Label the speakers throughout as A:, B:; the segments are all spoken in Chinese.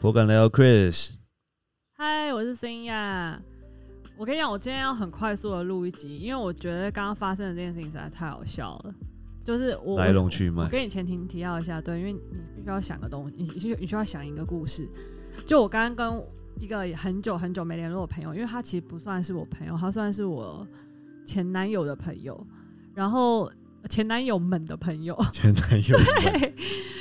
A: 口感聊 Chris，
B: 嗨，我是新亚。我跟你讲，我今天要很快速的录一集，因为我觉得刚刚发生的这件事情实在太好笑了。就是我
A: 来龙去
B: 我
A: 脉。
B: 跟你前庭提到一下，对，因为你必须要想个东西，你需你需要想一个故事。就我刚刚跟一个很久很久没联络的朋友，因为他其实不算是我朋友，他算是我前男友的朋友，然后前男友们的朋友，
A: 前男友 们，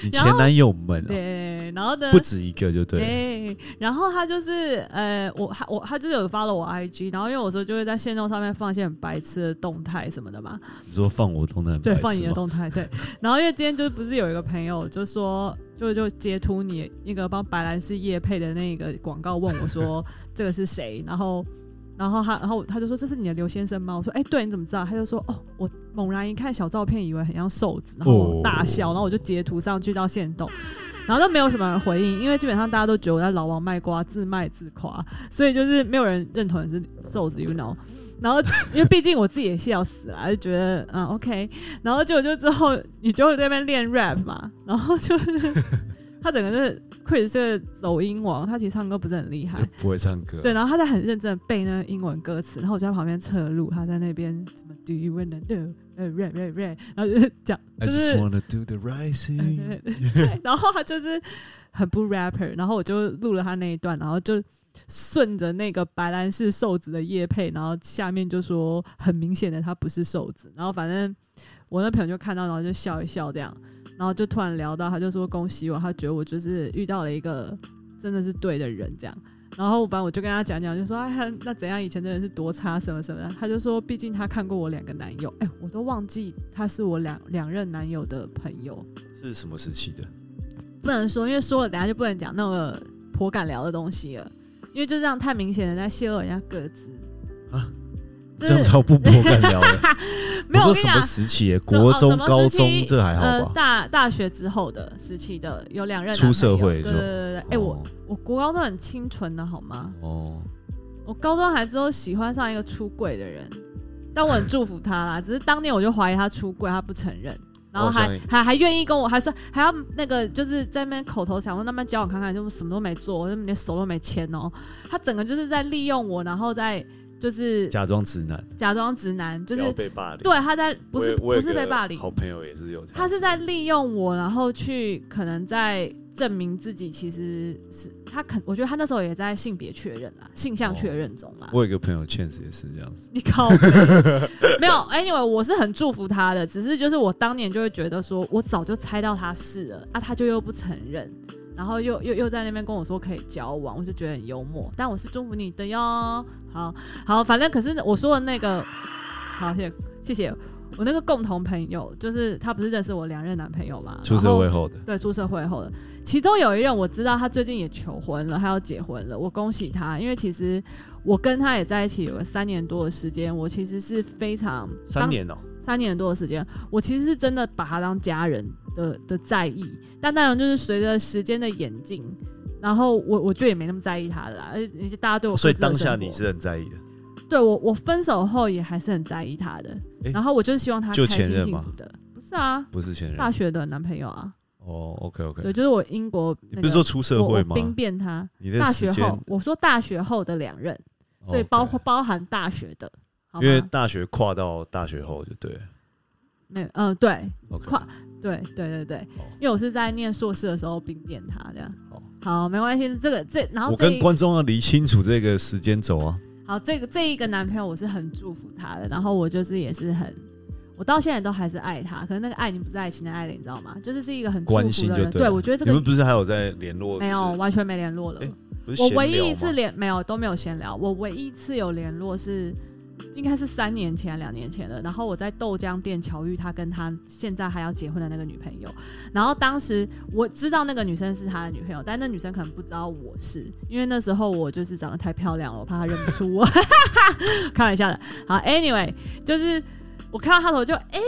A: 你前
B: 然后
A: 男友们、啊、
B: 对，然后呢
A: 不止一个就对了。
B: 对，然后他就是呃，我他我他就是有 follow 我 IG，然后因为我说就会在线动上面放一些很白痴的动态什么的嘛，
A: 你说放我动的，
B: 对，放你的，动态，对。然后因为今天就不是有一个朋友就说，就就截图你那个帮白兰氏叶配的那个广告，问我说这个是谁， 然后。然后他，然后他就说这是你的刘先生吗？我说哎，对，你怎么知道？他就说哦，我猛然一看小照片，以为很像瘦子，然后我大笑，然后我就截图上去到现动，然后都没有什么人回应，因为基本上大家都觉得我在老王卖瓜，自卖自夸，所以就是没有人认同你是瘦子，you know。然后因为毕竟我自己也笑死了，就觉得嗯 OK，然后结果就之后你就在那边练 rap 嘛，然后就是他整个是 Chris 这个走音王，他其实唱歌不是很厉害
A: 就，啊不会唱歌。
B: 对，然后他在很认真的背那个英文歌词，然后我就在旁边侧录，他在那边什么 Do you wanna know？呃，rap rap rap，然后就是讲，
A: I
B: 就
A: just
B: 是
A: wanna do the rising。
B: 对，然后他就是很不 rapper，然后我就录了他那一段，然后就顺着那个白兰氏瘦子的叶配，然后下面就说很明显的他不是瘦子，然后反正我那朋友就看到，然后就笑一笑这样，然后就突然聊到，他就说恭喜我，他觉得我就是遇到了一个真的是对的人这样。然后反正我就跟他讲讲，就说哎，他那怎样？以前的人是多差什么什么的。他就说，毕竟他看过我两个男友，哎，我都忘记他是我两两任男友的朋友。
A: 是什么时期的？
B: 不能说，因为说了等下就不能讲那个颇敢聊的东西了，因为就这样太明显的在泄露人家各自
A: 啊，
B: 就
A: 这样
B: 是
A: 超不不敢聊了。
B: 没有
A: 我
B: 我
A: 说
B: 跟你
A: 什么
B: 讲。
A: 时期耶？
B: 什么
A: 国
B: 哦
A: 中、
B: 什么时
A: 高中
B: 期
A: 这还
B: 呃
A: 好，啊吧？
B: 大大学之后的时期的有两任
A: 出社
B: 男朋友
A: 会哦是
B: 对对
A: 吧
B: 对对，对哎、我我国高都很清纯的好吗？
A: 哦，
B: 我高中还之后喜欢上一个出柜的人，但我很祝福他啦，只 是当年我就怀疑他出柜，他不承认。然后
A: 我好
B: 还
A: 像
B: 还还愿意跟我，还说还要那个就是在那边口头想说那边交往看看，就什么都没做，我就连手都没牵哦。他整个就是在利用我，然后再就是
A: 假装直男，
B: 假装直男，就
C: 不要
B: 是
C: 被霸凌，
B: 对他在不
C: 我
B: 是
C: 也我有
B: 不是
C: 个
B: 被霸凌，
C: 好朋友也是有这样，
B: 他是在利用我，然后去可能在证明自己其实是他肯，我觉得他那时候也在性别确认啦，性向
A: 哦
B: 确认中啦。
A: 我有一个朋友 Chance 也是这样子。
B: 你靠北， 没有，anyway，我是很祝福他的，只是就是我当年就会觉得说，我早就猜到他是了啊，他就又不承认，然后又又又在那边跟我说可以交往，我就觉得很幽默，但我是祝福你的哟。好好，反正可是我说的那个，好谢谢谢谢，我那个共同朋友，就是他不是认识我两任男朋友嘛，
A: 出社会后的，
B: 对，出社会后了。其中有一任我知道他最近也求婚了，他要结婚了，我恭喜他，因为其实我跟他也在一起有个三年多的时间，我其实是非常
A: 三
B: 当
A: 年哦、
B: 三年多的时间，我其实是真的把他当家人的的在意，但当然就是随着时间的演进，然后我我就也没那么在意他了啦，而且大家对我
A: 哦所以
B: 各自的
A: 当下
B: 生
A: 你
B: 活
A: 是很在意的。
B: 对我我分手后也还是很在意他的，
A: 诶
B: 然后我就是希望他
A: 就
B: 开
A: 前
B: 心
A: 任
B: 幸
A: 吗
B: 福的，不是啊，
A: 不是前任
B: 大学的男朋友啊，
A: 哦，OK OK，
B: 对，就是我英国、
A: 你
B: 那个。
A: 不是说出社
B: 我
A: 会
B: 我
A: 吗？
B: 兵变他，
A: 你的
B: 大
A: 时
B: 学
A: 间哦
B: 后，我说大学后的两任，所以
A: OK
B: 包括包含大学的，好
A: 因为
B: 吗？
A: 大学跨到大学后就对了
B: 没有，嗯、对
A: ，OK，
B: 跨对对对对
A: 哦，
B: 因为我是在念硕士的时候兵变他这样
A: 好。
B: 好，没关系，这个这然后
A: 我
B: 这
A: 跟
B: 一
A: 观众要理清楚这个时间轴啊。
B: 好这个这一个男朋友我是很祝福他的，然后我就是也是很。我到现在都还是爱他，可是那个爱已经不是爱情的爱了，你知道吗？就是是一个很祝
A: 关
B: 福
A: 心
B: 的
A: 就
B: 人。
A: 了
B: 对，我觉得这
A: 你
B: 个
A: 们不是还有在联络？
B: 没有，完全没联络了。
A: 诶就是，不是
B: 我
A: 闲
B: 唯
A: 聊
B: 一一次
A: 吗
B: 联没有都没有闲聊，我唯一一次有联络是应该是三年前、两年前了。然后我在豆浆店巧遇他跟他现在还要结婚的那个女朋友，然后当时我知道那个女生是他的女朋友，但那女生可能不知道我是，因为那时候我就是长得太漂亮了，我怕她认不出我。 开玩笑的。好，anyway，就是我看到他的我就哎、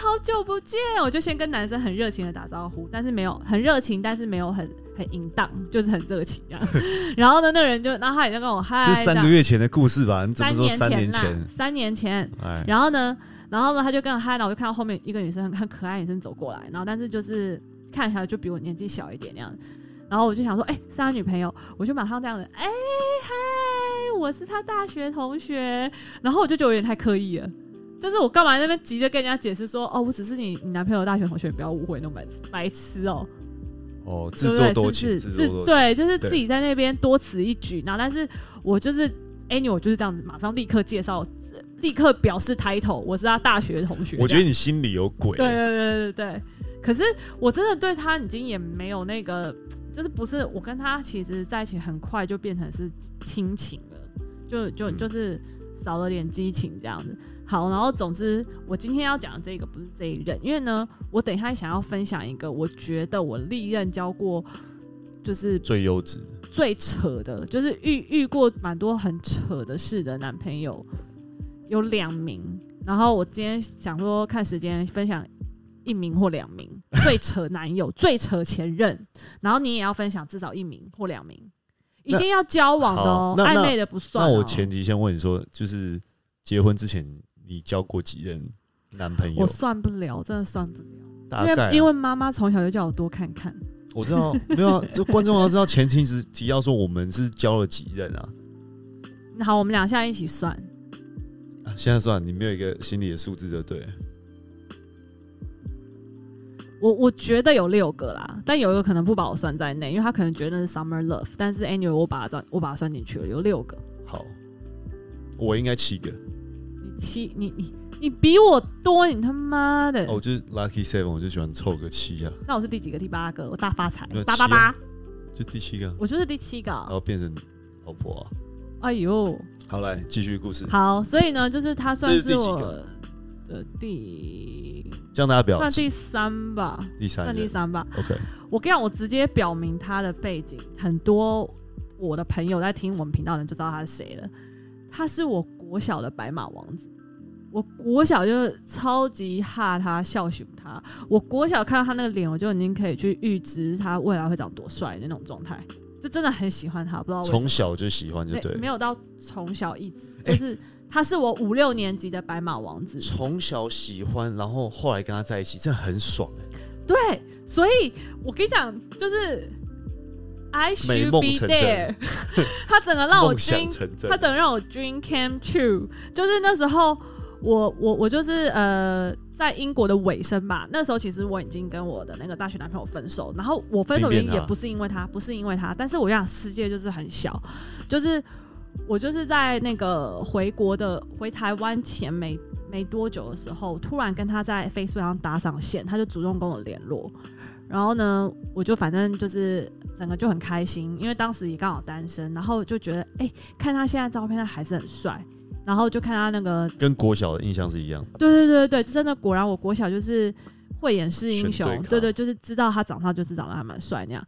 B: 好久不见，我就先跟男生很热情的打招呼，但是没有很热情，但是没有很很淫荡，就是很热情这样。然后呢，那个人就，然后他也就跟我嗨，
A: 这是三个月前的故事吧？你
B: 这
A: 怎么
B: 样
A: 说
B: 三
A: 三
B: 年
A: 年
B: 啦
A: 前？，
B: 三年前。
A: 哎，
B: 然后呢，然后呢，他就跟我嗨，然后我就看到后面一个女生很很可爱的女生走过来，然后但是就是看起来就比我年纪小一点那样。然后我就想说，哎、是他女朋友，我就马上这样子，哎、嗨，我是他大学同学，然后我就觉得有点太刻意了。就是我干嘛在那边急着跟人家解释说，哦，我只是你你男朋友的大学同学，不要误会，那种白痴白痴哦、
A: 哦，自
B: 对不
A: 作
B: 对？
A: 多
B: 是
A: 情，
B: 不是
A: 自
B: 自
A: 作多情。
B: 对，就是
A: 对
B: 自己在那边多此一举。然后，但是我就是 a n y 我就是这样子，马上立刻介绍，立刻表示 title，我是他大学同学。
A: 我觉
B: 得
A: 得你心里有鬼。
B: 对对对对对。可是我真的对他已经也没有那个，就是不是我跟他其实在一起很快就变成是亲情了，就就
A: 嗯
B: 就是少了点激情这样子。好，然后总之我今天要讲的这个不是这一任，因为呢，我等一下想要分享一个我觉得我历任教过就是
A: 最优质的，
B: 最扯的，就是遇遇过蛮多很扯的事的男朋友，有两名。然后我今天想说看时间分享一名或两名最扯男友、最扯前任，然后你也要分享至少一名或两名，一
A: 那
B: 定要交往的哦，
A: 好那
B: 暧
A: 那
B: 昧的不算、
A: 那
B: 哦。
A: 我前提先问你说，就是结婚之前你交过几任男朋友
B: 我？算不了，真的算不了，
A: 大
B: 因
A: 概啊、
B: 为因为妈妈从小就叫我多看看。
A: 我知 道，没有、啊，就观众要知道前提是提到说我们是交了几任啊。
B: 好，我们俩现在一起算，
A: 啊现在算了你没有一个心里的数字就对了。
B: 我我觉得有六个啦，但有一个可能不把我算在内，因为他可能觉得那是 summer love，但是 anyway 我把它算我把它算进去了，有六个。
A: 好，我应该七个。
B: 你七你你你比我多，你他妈的！
A: 哦，我就是 lucky seven，我就喜欢凑个七啊，
B: 那我是第几个？第八个，我大发财
A: 你有，
B: 八八
A: 七啊
B: 八，
A: 就第七个啊，
B: 我就是第七个。
A: 然后变成老婆啊。
B: 哎呦，
A: 好，来继续故事，
B: 好，所以呢，就是他算
A: 这是第几
B: 我
A: 个
B: 的第
A: 这样大家不要
B: 算
A: 急
B: 第三吧，
A: 第三
B: 算第
A: 任。
B: 三吧。
A: OK，
B: 我跟你讲，我直接表明他的背景，很多我的朋友在听我们频道的人就知道他是谁了。他是我国小的白马王子，我国小就是超级哈他笑醒他，我国小看到他那个脸，我就已经可以去预知他未来会长多帅的那种状态，就真的很喜欢他，不知道为什么
A: 从小就喜欢就对
B: 没没
A: 了。
B: 有到从小一直，就是、他是我五六年级的白马王子，
A: 从小喜欢，然后后来跟他在一起，真的很爽哎、
B: 对，所以我跟你讲，就是 I
A: 美
B: should
A: 梦
B: be
A: 成
B: there，
A: 真
B: 他整个让我
A: 梦想
B: dream，
A: 成真
B: 他。整个让我 dream came true，就是那时候我我我就是呃。在英国的尾声吧，那时候其实我已经跟我的那个大学男朋友分手，然后我分手原因
A: 你变
B: 也
A: 他
B: 不是因为他，不是因为他，但是我想世界就是很小，就是我就是在那个回国的回台湾前没没多久的时候，突然跟他在 Facebook 上搭上线，他就主动跟我联络。然后呢，我就反正就是整个就很开心，因为当时也刚好单身，然后就觉得哎、看他现在照片，他还是很帅。然后就看他那个，
A: 跟国小的印象是一样，
B: 对对对对，真的果然我国小就是慧眼识英雄
A: 选对，咖
B: 对对，就是知道他长相就是长得还蛮帅那样。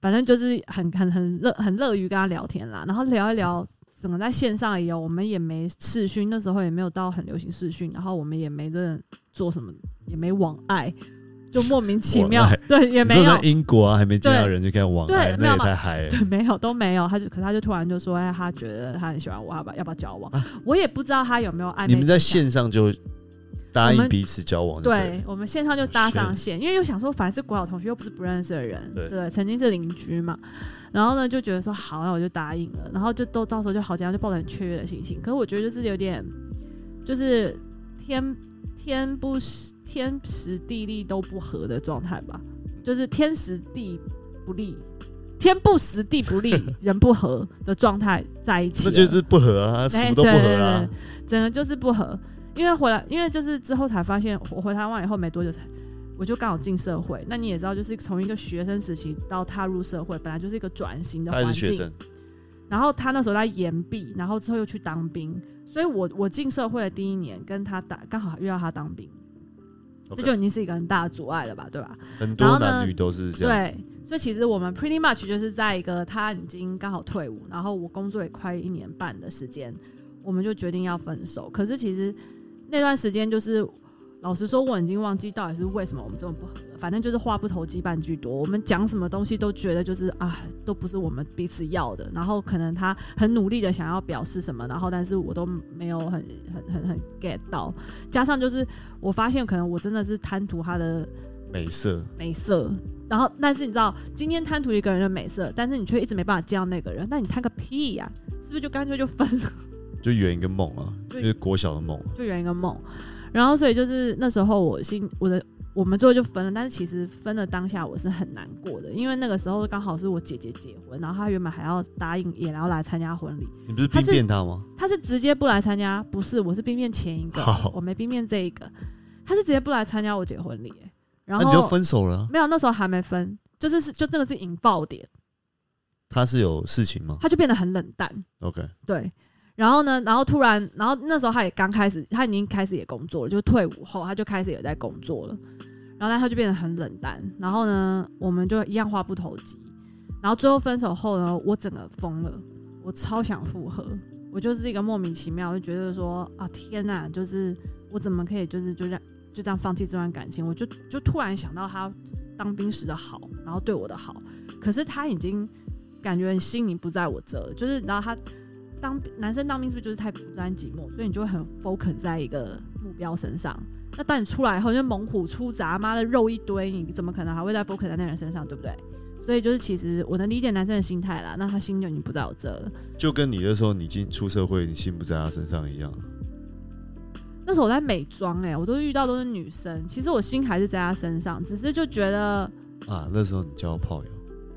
B: 反正就是很很很乐很乐于跟他聊天啦，然后聊一聊，整个在线上也有，我们也没视讯，那时候也没有到很流行视讯，然后我们也没真的做什么，也没网爱，就莫名其妙
A: 网爱，
B: 对，也没
A: 你
B: 有
A: 说在，英国啊，还没见到人就开始往来，
B: 对没
A: 那
B: 有
A: 也
B: 嘛
A: 太嗨
B: 对
A: 了。，
B: 没有都没有，他就可是他就突然就说，哎，他觉得他很喜欢我，要不要要不要交往？我也不知道他有没有暧昧。
A: 啊你们在？线上就答
B: 我
A: 应
B: 们
A: 彼此交往就对了，
B: 对，我们线上就搭上线，因为又想说，反正是国小同学，又不是不认识的人，
A: 对
B: 对，曾经是邻居嘛。然后呢，就觉得说好，那我就答应了，然后就都到时候就好这样，就抱着很雀跃的心情。可是我觉得就是有点，就是天天不时天时地利都不合的状态吧，就是天时地不利。天不时，地 不利，人不和的状态在一起了，
A: 那就是不合啊，什么都不合啊
B: 哎对对对。整个就是不合。因为回来，因为就是之后才发现，我回台湾以后没多久才，我就刚好进社会。那你也知道，就是从一个学生时期到踏入社会，本来就是一个转型的
A: 他还
B: 环
A: 是学
B: 境。
A: 生，
B: 然后他那时候在延毕，然后之后又去当兵，所以我我进社会的第一年跟他打，刚好遇到他当兵，
A: OK
B: 这就已经是一个很大的阻碍了吧，对吧？
A: 很
B: 然
A: 多
B: 后呢
A: 男女都是这样子。
B: 对，所以其实我们 pretty much 就是在一个他已经刚好退伍，然后我工作也快一年半的时间，我们就决定要分手。可是其实那段时间就是，老实说，我已经忘记到底是为什么我们这么不合了。反正就是话不投机半句多，我们讲什么东西都觉得就是啊，都不是我们彼此要的。然后可能他很努力的想要表示什么，然后但是我都没有很很很很 get 到。加上就是我发现，可能我真的是贪图他的
A: 美色，
B: 美色。然后，但是你知道，今天贪图一个人的美色，但是你却一直没办法见到那个人，那你贪个屁呀、是不是就干脆就分了，
A: 就圆一个梦啊，就
B: 对
A: 是国小的梦啊。
B: 就圆一个梦？然后，所以就是那时候我心我的我们最后就分了，但是其实分的当下我是很难过的，因为那个时候刚好是我姐姐结婚，然后她原本还要答应也要来参加婚礼，
A: 你不是
B: 他
A: 兵
B: 是
A: 变他吗？
B: 他是直接不来参加，不是，我是冰面 前一个
A: 好，
B: 我没冰面这一个，他是直接不来参加我姐婚礼、欸然
A: 那你就
B: 后
A: 分手了啊。
B: 没有，那时候还没分，就是是就这个是引爆点，
A: 他是有事情吗
B: 他就变得很冷淡，
A: ？OK，
B: 对。然后呢，然后突然，然后那时候他也刚开始，他已经开始也工作了，就退伍后他就开始也在工作了，然后呢他就变得很冷淡，然后呢我们就一样话不投机，然后最后分手后呢，我整个疯了，我超想复合，我就是一个莫名其妙就觉得说啊天呐，就是我怎么可以就是就让就这样放弃这段感情？我就就突然想到他当兵时的好，然后对我的好，可是他已经感觉心灵不在我这了，就是然后他当男生当兵是不是就是太孤单寂寞，所以你就会很 focus 在一个目标身上。那当你出来后，就猛虎出闸，妈的肉一堆，你怎么可能还会再 focus 在那人身上，对不对？所以就是，其实我能理解男生的心态啦。那他心就已经不在我这了。
A: 就跟你那时候你进出社会，你心不在他身上一样。
B: 那时候我在美妆，哎，我都遇到都是女生，其实我心还是在她身上，只是就觉得
A: 啊，那时候你交炮友，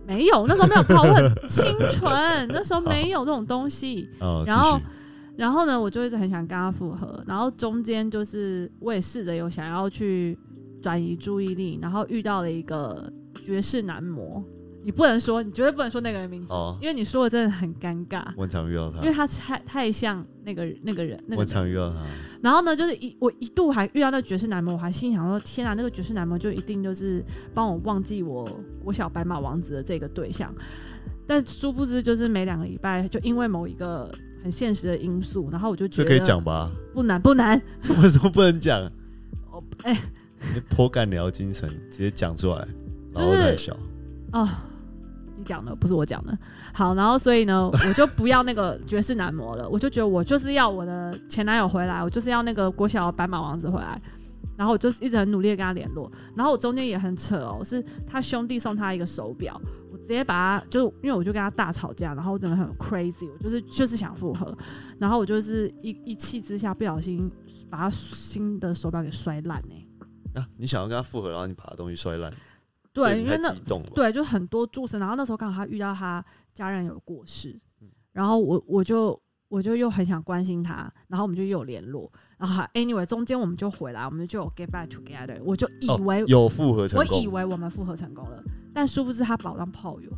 B: 没有，那时候没有 泡，我很清纯，那时候没有这种东西。
A: 啊，
B: 然后
A: 继续
B: 然后呢，我就一直很想跟他复合，然后中间就是我也试着有想要去转移注意力，然后遇到了一个绝世男模，你不能说，你绝对不能说那个人名字，
A: 哦，
B: 因为你说的真的很尴尬，
A: 我很常遇到
B: 因为
A: 他，
B: 他太太像那个那个人，那
A: 我
B: 个
A: 很
B: 人
A: 常遇到他，
B: 然后呢，就是一我一度还遇到那个爵士男模，我还心想说：天啊，那个爵士男模就一定就是帮我忘记我国小白马王子的这个对象。但殊不知，就是每两个礼拜就因为某一个很现实的因素，然后我就
A: 这
B: 觉得
A: 可以讲吧？
B: 不难不难，
A: 这为什么不能讲？
B: 哦哎、
A: 你颇敢聊精神，直接讲出来，
B: 就
A: 然后再
B: 是
A: 笑。
B: 哦，你讲的不是我讲的。好，然后所以呢，我就不要那个爵士男模了，我就觉得我就是要我的前男友回来，我就是要那个国小的白马王子回来。然后我就是一直很努力的跟他联络，然后我中间也很扯哦，是他兄弟送他一个手表，我直接把他就因为我就跟他大吵架，然后我整个很 crazy，我就是就是想复合，然后我就是一一气之下不小心把他新的手表给摔烂哎、
A: 啊，你想要跟他复合，然后你把东西摔烂，这
B: 对，
A: 也
B: 因为
A: 太
B: 那
A: 激动了吧
B: 对，就很多注射。然后那时候刚好他遇到他家人有过世，
A: 嗯
B: 然后我我就我就又很想关心他，然后我们就又有联络，然后还 anyway 中间我们就回来，我们就有 get back together。我就以为、
A: 哦有复合成
B: 我
A: 功，
B: 以为我们复合成功了，但殊不知他把我当炮友。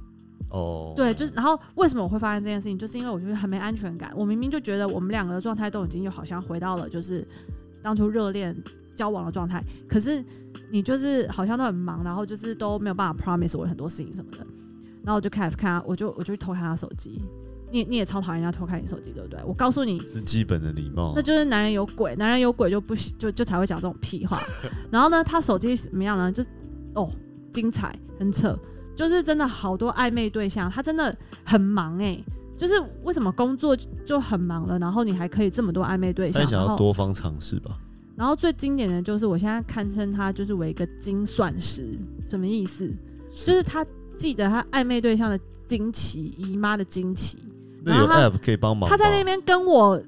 A: 哦，
B: 对，就是然后为什么我会发现这件事情，就是因为我觉得很没安全感。我明明就觉得我们两个的状态都已经又好像回到了就是当初热恋交往的状态，可是你就是好像都很忙，然后就是都没有办法 promise 我很多事情什么的。然后我就开始看他，我就我就去偷看他手机。你也你也超讨厌人家偷看你手机，对不对？我告诉你，
A: 是基本的礼貌
B: 那。就是男人有鬼，男人有鬼就不喜就就才会讲这种 屁话。然后呢，他手机怎么样呢？就哦，精彩，很扯，就是真的好多暧昧对象，他真的很忙哎、就是为什么工作就很忙了，然后你还可以这么多暧昧对
A: 他
B: 象
A: 也，想
B: 然
A: 要
B: 后
A: 多方尝试吧？
B: 然后最经典的就是我现在堪称他就是为一个精算师，什么意思？就是他记得他暧昧对象的惊奇，姨妈的惊奇，
A: 那有
B: 然后他
A: app 可以帮忙吧。
B: 他在那边跟我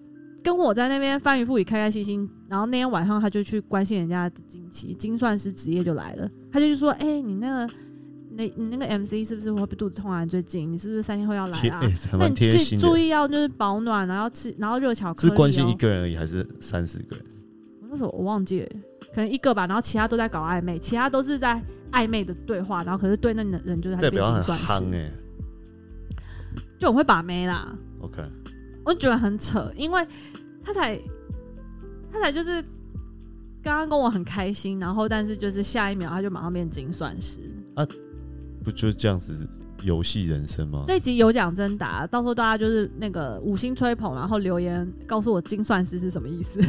B: 跟我在那边翻云覆雨、开开心心，然后那天晚上他就去关心人家的经期，精算师职业就来了，他就去说：“哎、你那个那你那个 MC 是不是会肚子痛啊？你最近你是不是三天后要来
A: 贴，
B: 啊
A: 哎，？还
B: 那
A: 蛮
B: 你
A: 贴
B: 自己
A: 心的
B: 注。意要就是保暖，然后要吃，然后热巧克
A: 是
B: 力、哦。”
A: 关心一个人而已，还是三四个人？
B: 我那时候我忘记了，可能一个吧，然后其他都在搞暧昧，其他都是在暧昧的对话，然后可是对那人就是他
A: 代
B: 就
A: 表
B: 变
A: 他
B: 精
A: 很
B: 算
A: 憨
B: 师，
A: 哎。
B: 就很会把妹啦。
A: OK，
B: 我觉得很扯，因为他才他才就是刚刚跟我很开心，然后但是就是下一秒他就马上变精算师。
A: 不就这样子游戏人生吗？
B: 这一集有奖征答，到时候大家就是那个五星吹捧，然后留言告诉我精算师是什么 意思。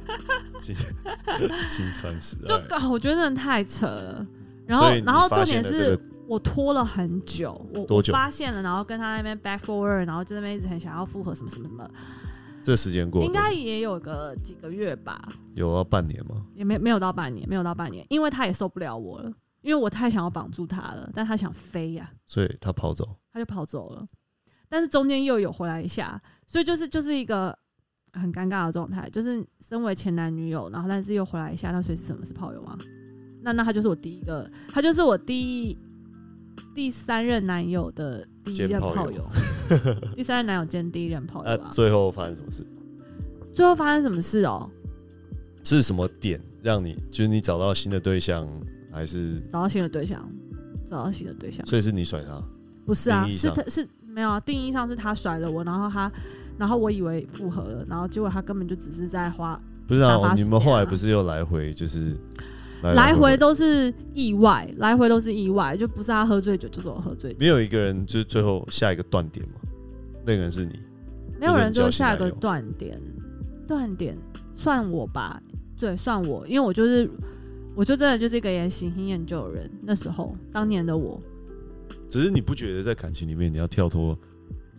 A: 金 金川时代
B: 就搞我觉得真的太扯了。然后
A: 所以，你
B: 然后
A: 发
B: 重
A: 现
B: 点
A: 了
B: 是
A: 这个
B: 我拖了很久，我
A: 多久
B: 我发现了，然后跟他那边 back forward，然后就那边一直很想要复合什么什么什么，
A: 这时间过了
B: 应该也有个几个月吧，
A: 有要半年吗？
B: 也没没有到半年，没有到半年，因为他也受不了我了。因为我太想要绑住他了，但他想飞呀、
A: 所以他跑走。
B: 他就跑走了。但是中间又有回来一下，所以就是就是一个很尴尬的状态，就是身为前男女友，然后但是又回来一下，那所以是什么是炮友吗？那那他就是我第一个，他就是我第一第三任男友的第一任
A: 兼炮
B: 炮
A: 友 呃
B: 友，第三任男友兼第一任炮
A: 那、
B: 友吧。
A: 最后发生什么事？
B: 最后发生什么事哦、
A: 是什么点让你就是你找到新的对象，还是
B: 找到新的对象，找到新的对象，
A: 所以是你甩他？
B: 不是啊，
A: 定义
B: 是
A: 上
B: 他是没有啊，定义上是他甩了我，然后他，然后我以为复合了，然后结果他根本就只是在花
A: 不是啊
B: 打发，时
A: 你
B: 间啊
A: 们后来不是又来回就是
B: 来回都是意外，来回都是意外，就不是他喝醉酒，就是我喝醉酒，
A: 没有一个人就是最后下一个断点嘛？那个人是你，
B: 没有人
A: 就是你
B: 就
A: 交心
B: 下一个
A: 男友
B: 断点，断点算我吧，对，算我，因为我就是，我就真的就是一个也喜新厌旧的人，那时候当年的我，
A: 只是你不觉得在感情里面你要跳脱，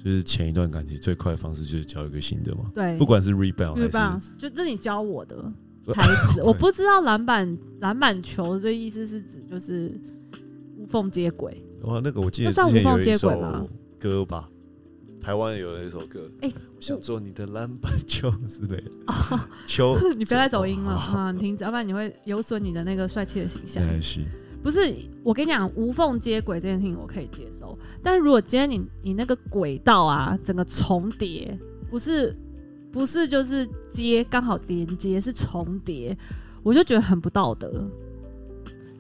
A: 就是前一段感情最快的方式就是交一个新的吗？
B: 对，
A: 不管是 rebound
B: 日棒
A: 哦还
B: 就这你教我的台 词，我不知道篮板篮板球这意思是指就是无缝接轨。
A: 是哇，那个我记得
B: 那
A: 之前
B: 算无
A: 有
B: 缝
A: 一
B: 接轨
A: 首
B: 吗
A: 歌吧，台湾有一首歌，
B: 哎
A: 我想做你的篮板球之类的，
B: 哦
A: 球
B: 你不要再走音了
A: 好
B: 啊！你停止，要不然你会有损你的那个帅气的形象
A: 没。关系，
B: 不是，我跟你讲，无缝接轨这件事情我可以接受，但如果今天你你那个轨道啊，整个重叠，不是不是就是接刚好连接是重叠，我就觉得很不道德。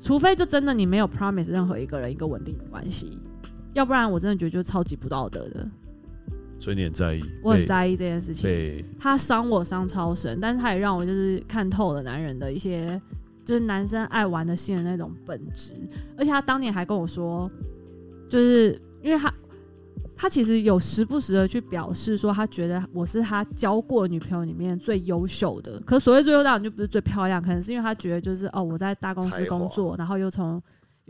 B: 除非就真的你没有 promise 任何一个人一个稳定的关系，要不然我真的觉得就超级不道德的。
A: 所以你很在意，
B: 我很
A: 被
B: 在意这件事情，
A: 被
B: 他伤我伤超深，但是他也让我就是看透了男人的一些，就是男生爱玩的性的那种本质。而且他当年还跟我说，就是因为他他其实有时不时的去表示说，他觉得我是他交过女朋友里面最优秀的。可所谓最优秀，当然就不是最漂亮，可能是因为他觉得就是哦，我在大公司
A: 才华
B: 工作，然后又从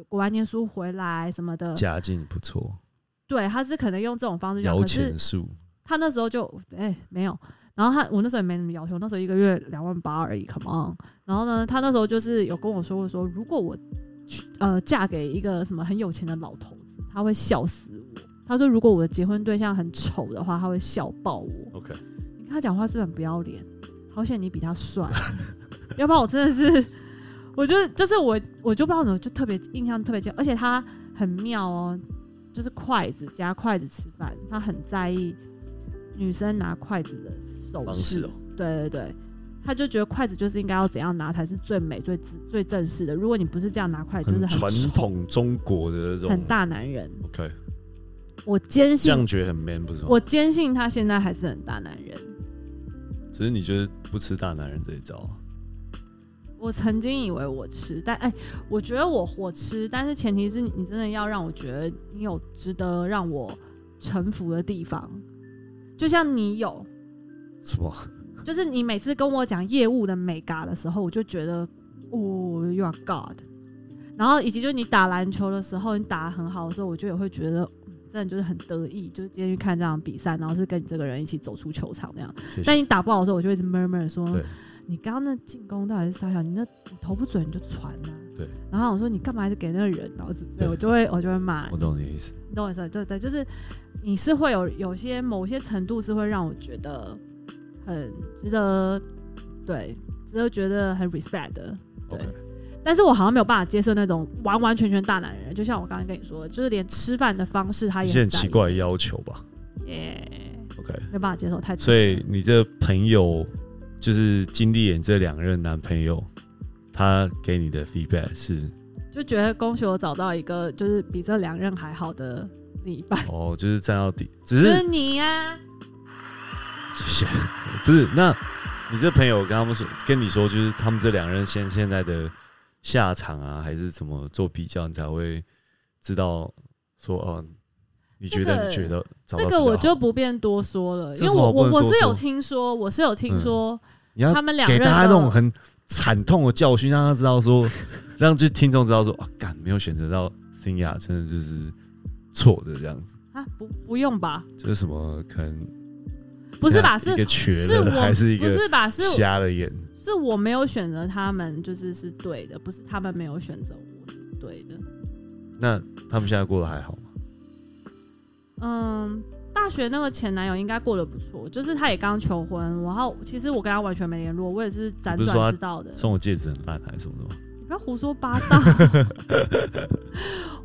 B: 国外念书回来什么的。
A: 家境不错，
B: 对，他是可能用这种方式去讲，
A: 摇
B: 可是
A: 钱树，
B: 他那时候就哎、没有，然后他我那时候也没怎么要求，那时候一个月两万八而已，come on。然后呢，他那时候就是有跟我说过说，如果我去呃嫁给一个什么很有钱的老头子，他会笑死我。他说如果我的结婚对象很丑的话，他会笑爆我。
A: OK
B: 你看他讲话是不是很不要脸？好险你比他帅， 要不然我真的是， 我就就是我我就不知道怎么就特别印象特别深，而且他很妙哦，就是筷子夹筷子吃饭，他很在意女生拿筷子的手
A: 方
B: 势
A: 式哦，
B: 对对对，他就觉得筷子就是应该要怎样拿才是最美、最自最正式的。如果你不是这样拿筷子，就是
A: 很
B: 很
A: 传
B: 丑、
A: 统中国的那种
B: 很大男人。
A: OK，
B: 我坚
A: 这
B: 信，
A: 样觉哦得很 man 不是吗？
B: 我坚信他现在还是很大男人。
A: 只是你就是不吃大男人这一招啊，
B: 我曾经以为我吃，但哎、我觉得我我吃，但是前提是你你真的要让我觉得你有值得让我臣服的地方，就像你有，
A: 什么？
B: 就是你每次跟我讲业务的美嘎的时候，我就觉得哦，You are God。然后以及就是你打篮球的时候，你打得很好的时候，我就也会觉得，嗯真的就是很得意，就是今天去看这场比赛，然后是跟你这个人一起走出球场那样
A: 谢谢。
B: 但你打不好的时候，我就一直 murmur 地说
A: 对，
B: 你刚刚那进攻到底是啥小？你那你投不准你就传啊。
A: 对。
B: 然后我说你干嘛还是给那个人？然后之
A: 对
B: 类，我就会我就会骂
A: 我懂你的意思，
B: 你懂我意思吗？对对，就是你是会有有些某些程度是会让我觉得很值得，对，值得觉得很 respect 的。对
A: OK
B: 但是我好像没有办法接受那种完完全全大男人，就像我刚刚跟你说的，就是连吃饭的方式他
A: 一
B: 也
A: 些很
B: 在
A: 奇
B: 意
A: 怪的要求吧
B: 耶
A: ？OK，
B: 没有办法接受太。
A: 所以你这朋友就是经历演这两任男朋友，他给你的 feedback 是
B: 就觉得恭喜我找到一个就是比这两任还好的另一半，
A: 哦，就是站到底，只
B: 就是
A: 是
B: 你啊呀、
A: 谢谢，不是那。你这朋友跟他们说，跟你说，就是他们这两任现现在的下场啊，还是怎么做比较，你才会知道说，哦，你觉
B: 这
A: 得
B: 个
A: 你觉得找到比较
B: 这个我
A: 好
B: 就不便多说了，
A: 这
B: 因
A: 有什
B: 为
A: 么
B: 我
A: 好不能
B: 我我
A: 多
B: 是有
A: 说
B: 听说，我是有听
A: 嗯
B: 说、
A: 你要
B: 他们两
A: 给
B: 任
A: 大家那
B: 的
A: 种很惨痛的教训，让他知道 说，让就听众知道说，啊，干没有选择到新雅，真的就是错的这样子。
B: 啊，不不用吧？
A: 这是什么？可能
B: 不是吧？
A: 这样一
B: 是
A: 个瘸
B: 是
A: 的， 还
B: 我
A: 是一
B: 不
A: 个
B: 是吧？是
A: 瞎了眼？
B: 是我没有选择他们，就是是对的，不是他们没有选择我是对对的。
A: 那他们现在过得还好吗？
B: 嗯，大学那个前男友应该过得不错，就是他也刚求婚，然后其实我跟他完全没联络，我也是辗
A: 不是说他
B: 转知道的。
A: 送我戒指很烂还是什么的吗？
B: 你不要胡说八 道，